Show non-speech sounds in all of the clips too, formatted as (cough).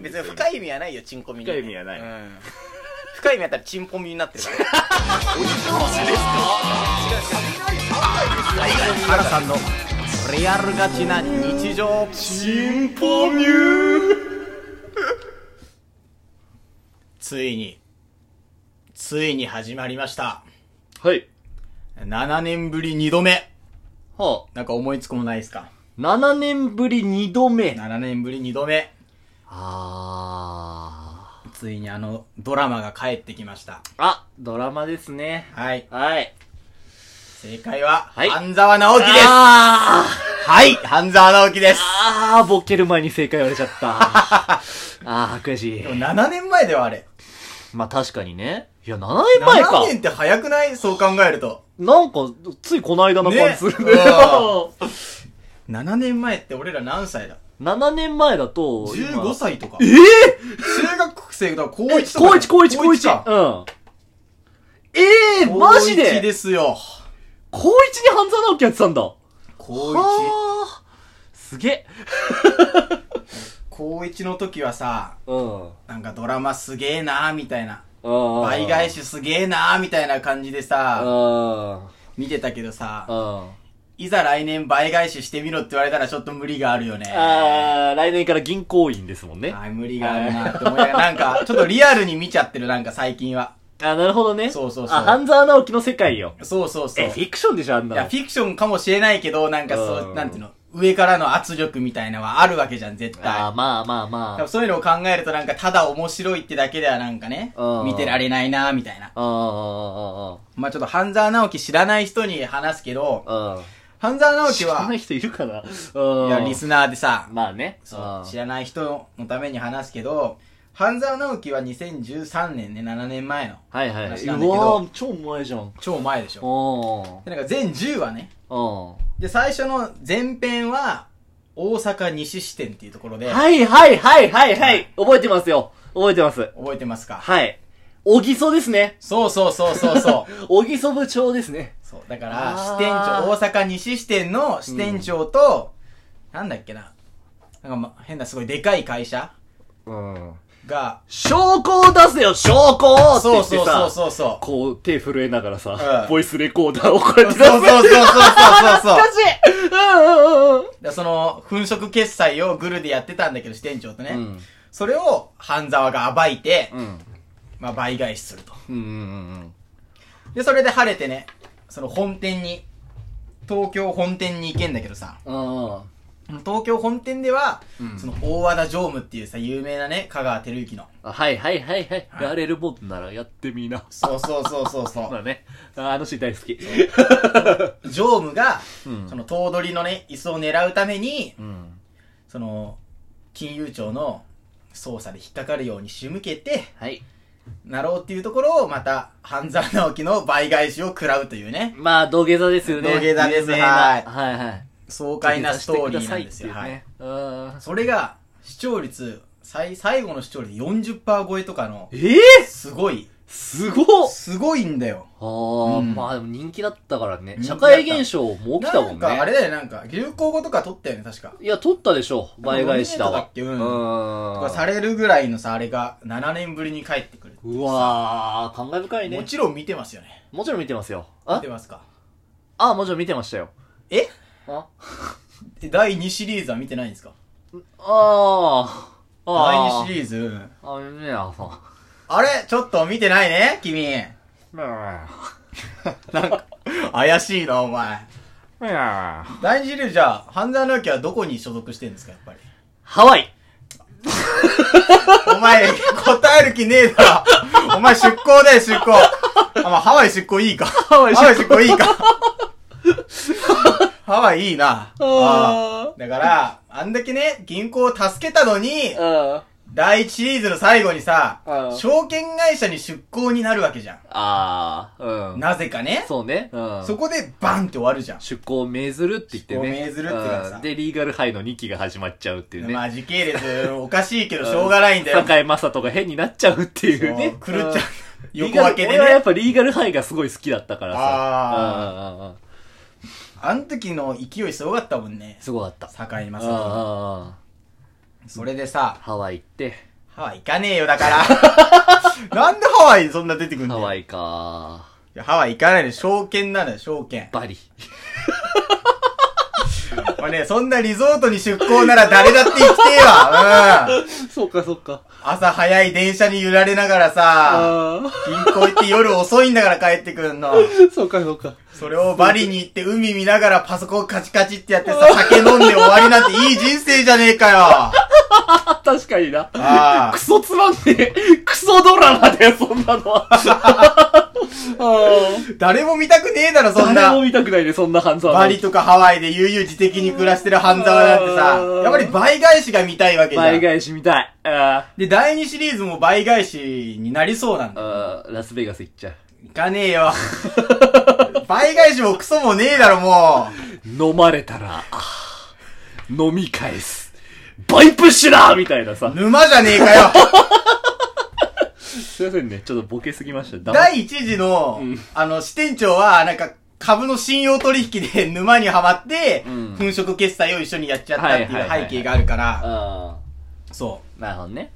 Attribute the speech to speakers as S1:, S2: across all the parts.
S1: 別に深い意味はないよチンコミに
S2: 深い意味はない
S1: うん深い意味あったらチンポミになってるから原さんのリアルガチな日常
S2: チンポミュー
S1: ついについに始まりました
S2: はい。
S1: 7年ぶり2度目
S2: は
S1: なんか思いつくもないですか
S2: あ、7年ぶり2度目。
S1: 7年ぶり2度目
S2: あ
S1: ついにあのドラマが帰ってきました
S2: ー。あ、ドラマですね。
S1: はい
S2: はい。
S1: 正解は、
S2: はい
S1: 半沢直樹です
S2: あー
S1: はい半沢直樹です
S2: あー、ボケる前に正解言われちゃった。 (laughs) あー、悔しい
S1: でも。7年前だよ、あれ。
S2: まあ確かにね。いや、7年前か
S1: 7年って早くないそう考えると。
S2: なんか、ついこの間の感じするね。
S1: ねあ7年前って俺ら何歳だ
S2: 7年前だと、今
S1: ?15 歳とか。
S2: え
S1: 中
S2: え
S1: 学生だ、高
S2: え
S1: 1とか。
S2: 高一、高一、高一。う
S1: か
S2: ん。ええ
S1: 高
S2: マジ
S1: 一
S2: で
S1: ですよ。
S2: 高一に半沢直樹やってたんだ。
S1: 高1。
S2: はーすげえ。
S1: 高1の時はさ、
S2: うん。
S1: なんかドラマすげえなーみたいな。
S2: うん。
S1: 倍返。しすげえなーみたいな感じで
S2: うん。
S1: さ、
S2: うん。
S1: 見てたけどさ、
S2: あ
S1: いざ来年倍返ししてみろって言われたらちょっと無理があるよね。
S2: ー、来年から銀行員ですもんね。あ
S1: はい、無理があるなって思い (laughs) ながら、なんか、ちょっとリアルに見ちゃってる、なんか最近は。
S2: ー、なるほどね。
S1: そうそうそう
S2: あ、半沢直樹の世界よ。
S1: そうそうそう。
S2: え、フ
S1: い
S2: ィクションでしょ、あんなの
S1: や、フィクションかもしれないけど、なんかそうう、
S2: ん
S1: なんていうの、上からの圧力みたいなのはあるわけじゃん、絶
S2: ああ、
S1: 対。
S2: まあまあまあ。
S1: そういうのを考えると、なんか、ただ面白いってだけではなんかね
S2: う、ん
S1: 見てられないなみたいな。
S2: あ
S1: まあちょっと、半沢直樹知らない人に話すけど
S2: あ、、ああ、あ
S1: 半沢直
S2: あ。
S1: 樹
S2: 知ら
S1: は
S2: な、い人いるかない
S1: や、
S2: うん。
S1: リスナーでさ、
S2: まあね。
S1: そう、知
S2: ら
S1: らない人のために話すけど、半沢直樹は2013年ね、7年前の。
S2: はいはいはい。
S1: 話
S2: う
S1: な
S2: わ
S1: んだけど
S2: ー超前じゃん。
S1: 超前でしょ。
S2: おー。
S1: でなんか全10話ね。
S2: うん。
S1: で、最初の前編は、大阪西支店っていうところで、
S2: はいはいはいはいはい。覚えてますよ。覚えてます。
S1: 覚えてますか
S2: はい。おぎそですね。
S1: そうそうそうそう
S2: (laughs)
S1: そう。
S2: おぎそ部長ですね。
S1: そう、だから、
S2: あー
S1: 支店長、大阪西支店の支店長と、なんだっけな、なんか、ま、変なすごいでかい会社
S2: うん。
S1: が、
S2: 証拠を出せよ、証拠をって
S1: そ
S2: 言
S1: う
S2: って
S1: そうそ
S2: さ
S1: う、そうそう。
S2: こう手震えながら
S1: う
S2: さ
S1: ん、
S2: ボイスレコーダーを (laughs) こうや
S1: そ
S2: っ
S1: う
S2: て
S1: そうそうそうそうそうそう。
S2: 懐かしいうんうんうんうん。
S1: でその、粉飾決済をグルでやってたんだけど、支店長とね。
S2: うん
S1: それを、半沢が暴いて、
S2: うん。
S1: まあ、倍返しすると。
S2: うんうん
S1: で、それで晴れてね、その本店に、東京本店に行けんだけどさ、
S2: うんうん。うん。
S1: 東京本店では、
S2: うん
S1: その大和田常務っていうさ、有名なね、香川照之の。
S2: あはいはいはいはい。やれるもんならやってみな。
S1: そうそうそうそう
S2: (laughs)
S1: そ
S2: ま
S1: う。
S2: あね。ああのシーン大好き。
S1: 常務が、
S2: うん
S1: その頭取のね、椅子を狙うために、
S2: うん。
S1: その、金融庁の捜査で引っかかるように仕向けて、
S2: はい。
S1: なろうっていうところを、また、半沢直樹の倍返しを食らうというね、
S2: まあ、土下座ですよね。
S1: 土下座です
S2: 有名な
S1: はい
S2: はいはい。
S1: 爽快なストーリーなんですよ。
S2: 土下座
S1: はい
S2: して。くださいっていうね。うん
S1: それが、視聴率、最、最後の視聴率40%超えとかの、
S2: ええ
S1: すごい。
S2: すごっ
S1: すごいんだよ。
S2: ああ、
S1: うん
S2: まあでも人気だったからね。
S1: 人気だ
S2: 社
S1: った
S2: 会現象も起きたも
S1: なん
S2: んね。
S1: か、あれだよ、なんか、流行語とか取ったよね、確か。
S2: いや、取ったでしょ。倍返しだ
S1: ノミネートだ
S2: わ
S1: っ。けうんと
S2: ん
S1: かされるぐらいのさ、あれが、7年ぶりに帰ってくる。
S2: うわー、感慨深いね。
S1: も
S2: もち
S1: ちろん見てますよね。
S2: ろん見てますよ。
S1: 見
S2: あ
S1: てますか
S2: あ、もちろん見てましたよ。
S1: え
S2: あ
S1: で第2シリーズは見てないんですか
S2: あー。
S1: 第
S2: あ
S1: 2シリーズ、うん
S2: ー。あ、ねえ、あ、そう。
S1: あれちょっと見てないね君。
S2: (laughs) ねえ、
S1: なんか、怪しいな、お前。
S2: ねえ。
S1: 第2シリーズじゃあ、半沢直樹はどこに所属してんですか、やっぱり。
S2: ハワイ
S1: お前、答える気ねえだろ。お前、出向だよ、出向。あ、まあ、ハワイ出向いいか。ハ
S2: ワイ出向
S1: 出向いいか。ハワイいいな。
S2: あ
S1: ああだから、あんだけね、銀行を助けたのに、
S2: うん。
S1: 第一シリーズの最後にさ
S2: う、ん
S1: 証券会社に出向になるわけじゃ。
S2: あー、うんん。
S1: なぜかね。
S2: そうね。うん。
S1: そこでバンって終わるじゃん。
S2: 出向を命ずるって言ってね。
S1: 出向を命ずるってやつだ
S2: うんで、リーガルハイの2期が始まっちゃうっていうね。
S1: まあ、時系列おかしいけど、しょうがないんだよ。
S2: 坂井正人が変になっちゃうっていうね。
S1: そう狂っちゃう
S2: うん
S1: 横分けでね
S2: リーガル俺はやっぱリーガルハイがすごい好きだったからさ。
S1: あ
S2: うんうんうんうん
S1: あの時の勢いすごかったもんね。
S2: すごかった。
S1: 堺井
S2: うん
S1: 正
S2: うんうん
S1: 人。それでさ、
S2: ハワイ行って。
S1: ハワイ行かねえよ、だから。 (laughs) なんでハワイそんな出てくん
S2: ハ
S1: の
S2: ワ
S1: イ。
S2: イか
S1: いやハワイ行かないで、証券なのよ、証券。
S2: バリ。
S1: まあね、そんなリゾートに出向なら誰だって行きてえわ。うん。
S2: (laughs) そうか、そうか。
S1: 朝早い電車に揺られながらさ、
S2: あ
S1: 銀行行って夜遅いんだから帰ってくんの。
S2: ー (laughs) そうか、そうか。
S1: それをバリに行って海見ながらパソコンカチカチってやってさ、酒飲んで終わりなんていい人生じゃねえかよ。
S2: あ、確かにな。
S1: ああ
S2: ク。ソつまんねえ。 (laughs) クソドラマだよ、そんなのは。 (laughs) あー
S1: 誰も見たくねえだろ、そん
S2: 誰も
S1: な。
S2: 見たくないね、そんな半沢直
S1: (laughs) バ
S2: 樹
S1: リとかハワイで悠々自適に暮らしてる半沢なんて
S2: う
S1: さ
S2: ん、
S1: やっぱり倍返しが見たいわけじゃ
S2: 倍
S1: ん。
S2: 返しみたい。あ
S1: で、第2シリーズも倍返しになりそうなん
S2: ー
S1: だ。
S2: あー、ラスベガス行っちゃう。
S1: いかねえ
S2: (laughs)
S1: よ。倍返しもクソもねえだろ、も
S2: 飲まれたら、あー飲み返す。バイプッシュだみたいなさ
S1: う。。沼じゃねえか
S2: (laughs)
S1: よ。
S2: すいませんね、ちょっとボケすぎました。黙っ
S1: 第1次の、あの、支店長は、なんか、株の信用取引で沼にはまって、
S2: うん
S1: 粉飾決済を一緒にやっちゃったっていう
S2: はいはいはい
S1: 背景があるから、
S2: あ
S1: そ
S2: ーなるほどね。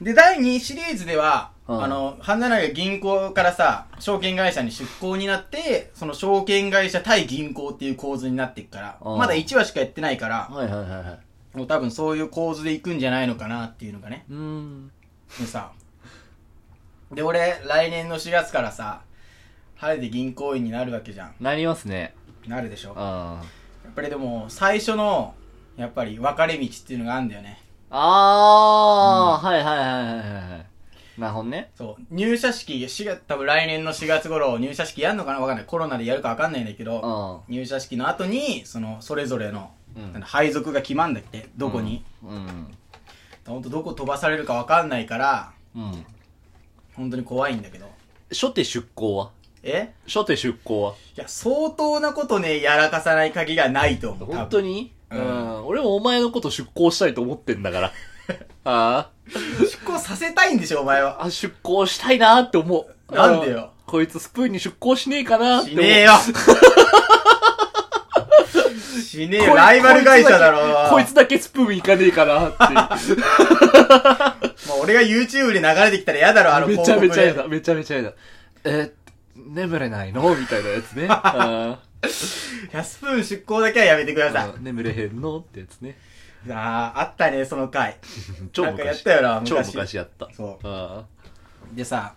S1: う。で、第2シリーズでは、
S2: うん
S1: あの、半田内が銀行からさ、証券会社に出向になって、その証券会社対銀行っていう構図になっていくから、
S2: うん
S1: まだ1話しかやってないから、
S2: はいはいはいはい。
S1: もう多分そういう構図でいくんじゃないのかなっていうのがね。
S2: うーん。
S1: でさ、で、俺、来年の4月からさ、晴れて銀行員になるわけじゃん。
S2: なりますね。
S1: なるでしょや
S2: あー
S1: っぱりでも最初のやっぱり分かれ道っていうのがあるんだよね
S2: あー、はいはいはいはいはいはい。なるほどね。
S1: そう入社式4月多分来年の4月頃入社式やんのかな分かんないコロナでやるか分かんないんだけ
S2: う
S1: ど
S2: ん。
S1: 入社式の後にそのそれぞれの、
S2: うん
S1: なんだ配属が決まんだってどこに、
S2: うん。
S1: ほんとどこ飛ばされるか分かんないから
S2: うん。
S1: 本当に怖いんだけど
S2: 初手出向は
S1: え
S2: 初手出向はい
S1: や相当なことねやらかさない限りはないと思う
S2: 本当
S1: に
S2: に
S1: う
S2: うんん。俺もお前のこと出向したいと思ってんだ (laughs) から。あ
S1: 出向させたいんでしょお前
S2: ー
S1: は
S2: あ、出向したいなーって思う。
S1: なんでよ
S2: こいつスプーンに出向しねえかなーって
S1: し
S2: 思う。
S1: ねえよ (laughs) しねえよ
S2: こい
S1: ライバル会社だろ
S2: こいつだけこいつだけスプーンいかねえかなー (laughs) っていう。
S1: まあ、俺が YouTube で流れてきたら嫌だろ、あの
S2: め
S1: 広
S2: ちゃ
S1: 告で。
S2: めちゃやだ、めちゃめちゃやだ。えー、眠れないのみたいなや
S1: (laughs)
S2: つね。あ
S1: いや、スプーン出向だけはやめてください。
S2: ー眠れへんのってやつね。
S1: ああ、あったね、その回。
S2: 超
S1: なんかやっ
S2: 昔
S1: た。よな、
S2: 超
S1: 昔。
S2: 昔やった。
S1: そ
S2: あ
S1: う。でさ、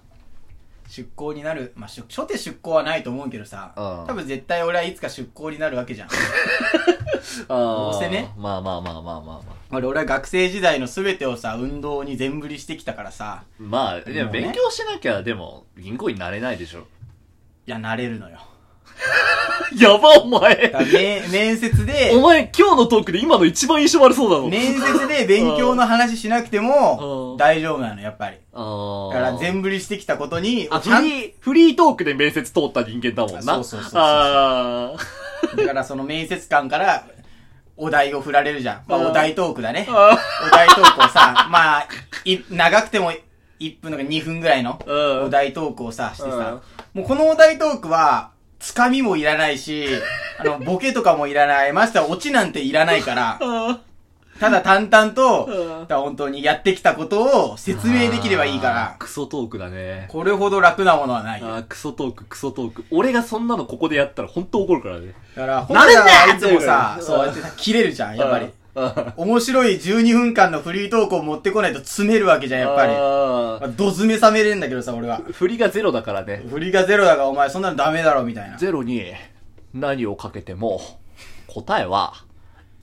S1: 出向になる、まあ、出初手出向はないと思うけどさ、
S2: うん
S1: 多分絶対俺はいつか出向になるわけ
S2: (laughs)
S1: じゃん。
S2: ー
S1: どうせね。
S2: まあまあまあまあまあまあ。
S1: 俺、俺は学生時代の全てをさ、運動に全振りしてきたからさ、
S2: まあ、で
S1: も
S2: も
S1: ね
S2: 勉強しなきゃ、でも、銀行員なれないでしょ。 (laughs)
S1: いや、なれるのよ。
S2: やば、お前
S1: だから
S2: (laughs)
S1: め面接で、
S2: お前、今日のトークで今の一番印象悪そうだぞ。
S1: 面接で勉強の話しなくても
S2: う、ん
S1: 大丈夫なの、やっぱり。
S2: あー
S1: だから、全振りしてきたことに、
S2: あ、
S1: ち
S2: フ
S1: ゃんと
S2: リー、フリートークで面接通った人間だもんな。
S1: そうそうそうそう
S2: あ
S1: だからその面接官から、お題を振られるじゃん。まあ、
S2: うん
S1: お題トークだね。
S2: ー
S1: お
S2: あ
S1: 題トークをさ、まあ、い、長くても1分とか2分ぐらいの
S2: うん
S1: お題トークをさ、してさ、もうこのお題トークは、つかみもいらない (laughs) し、あの、ボケとかもいらない。ましてはオチなんていらないから
S2: ー、あ
S1: ただ淡々と、
S2: うん
S1: だから本当にやってきたことを
S2: ー。
S1: 説明できればいいか
S2: あー
S1: ら、
S2: クソトークだね。
S1: これほど楽なものはないよ。
S2: あークソトーク、クソトーク。俺がそんなのここでやったら本当怒るからね。
S1: だから、本
S2: な
S1: 当
S2: れんな
S1: はいつもさ
S2: っ、ていう
S1: そうやってさ切れるじゃん、やっぱり。
S2: あー。
S1: 面白い12分間のフリートークを持ってこないと詰めるわけじゃん、やっぱり。ま
S2: ぱ
S1: あ、ド詰め冷めれんだけどさ、俺は。
S2: り。振りがゼロだからね。
S1: 振りがゼロだからお前そんなのダメだろ、みたいな。
S2: ゼロに何をかけても答えは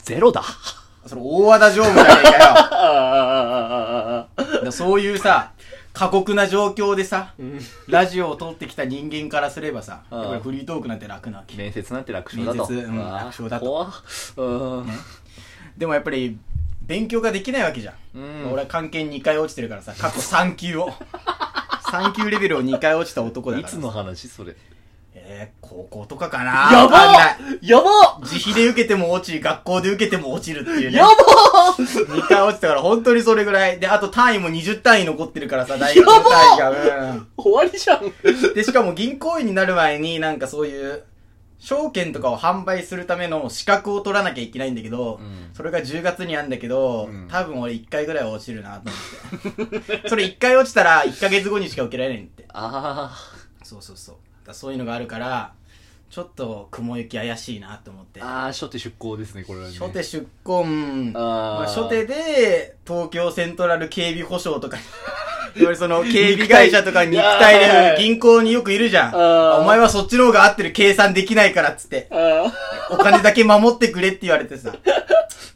S2: ゼロだ。
S1: それ大和田常務じゃねえかよ。だか
S2: ああ、
S1: らそういうさ、過酷な状況でさ、ラジオを撮ってきた人間からすればさ、
S2: うん
S1: やっぱりフリートークなんて楽なわけ。
S2: 面接なんて楽勝だと。
S1: 面接うん
S2: あー
S1: 楽勝だと
S2: 怖っうん。
S1: でもやっぱり、勉強ができないわけじゃん。
S2: うん
S1: 俺は関係2回落ちてるからさ、過去3級を。3級レベルを2回落ちた男だ
S2: い
S1: から
S2: つ
S1: さ。
S2: の話それ。
S1: えー、高校とかかな
S2: や
S1: わかん
S2: ば
S1: ない
S2: っやばっ
S1: 自費で受けても落ち、学校で受けても落ちるっていうね。
S2: やばっ (laughs)
S1: 2回落ちたから本当にそれぐらい。で、あと単位も20単位残ってるからさ、大学の単位が。うん
S2: 終わりじゃん。
S1: で、しかも銀行員になる前になんかそういう、証券とかを販売するための資格を取らなきゃいけないんだけど、
S2: うん
S1: それが10月にあるんだけど、
S2: うん
S1: 多分俺1回ぐらいは落ちるなと思って。それ1回 (laughs) 落ちたら1ヶ月後にしか受けられないんだって。
S2: あ
S1: そうそうそう。だからそういうのがあるから、ちょっと雲行き怪しいなと思って
S2: ー。あー初手出向ですねこれはね
S1: 初手出婚、ま
S2: あ
S1: あ、
S2: ー
S1: 初手で東京セントラル警備保障と
S2: (laughs)
S1: かにいわゆるその警備会社とかに
S2: 肉
S1: 行き
S2: 体
S1: た
S2: いやー
S1: い
S2: は
S1: ね
S2: い
S1: 銀行によくいるじゃん
S2: あー
S1: お前はそっちの方が合ってる計算できないからっつって
S2: あ
S1: お金だけ守ってくれって言われて
S2: (laughs)
S1: さ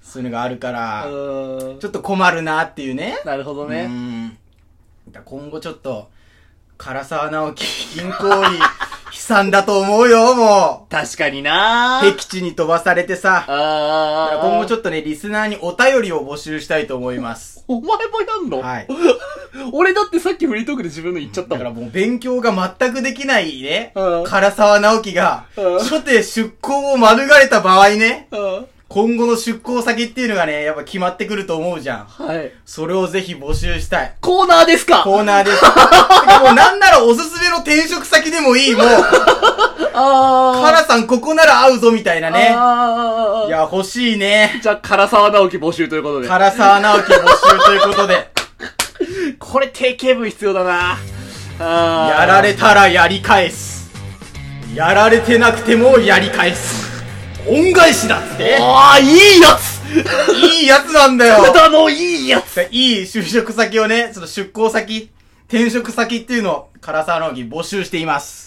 S1: そういうのがあるか
S2: あ
S1: ら
S2: ー
S1: ちょっと困るなっていうね
S2: なるほど
S1: う
S2: ね
S1: んだから今後ちょっと唐沢直樹銀行に悲惨だと思うよ
S2: (laughs)
S1: も
S2: 確かにな
S1: う僻地に飛ばされてさだから
S2: ああ
S1: 今後ちょ
S2: ょっと
S1: っとね、リスナーにお便りを募集したいと思います。
S2: お前もやんの
S1: はい。
S2: (laughs) 俺だってさっきフリートークで自分の言っちゃった
S1: だか
S2: も
S1: ら
S2: ん。
S1: もう勉強が全くできないね、
S2: うん
S1: 唐沢直樹が、
S2: うん
S1: 初手出向を免れた場合ね、
S2: うん。
S1: 今後の出向先っていうのがね、やっぱ決まってくると思うじゃん。
S2: はい。
S1: それをぜひ募集したい。
S2: コーナーですか
S1: コーナーです。て (laughs) かもうなんならおすすめの転職先でもいい、もう、
S2: あ
S1: カラさんここなら合うぞみたいな
S2: ー
S1: ね。
S2: あ
S1: い
S2: ー。
S1: や、欲しいね。
S2: じゃあ、唐沢直樹募集ということで
S1: 唐。沢直樹募集ということで、
S2: これ定型文必要だな。あー
S1: やられ。たらやり返す。やられてなくてもやり返す。恩返しだっつって。
S2: おー、いいや
S1: (laughs)
S2: つ (laughs)
S1: いいやつなんだよ。
S2: 豚のいいやつ
S1: いい就職先をね、その出向先、転職先っていうのを、唐沢直樹募集しています。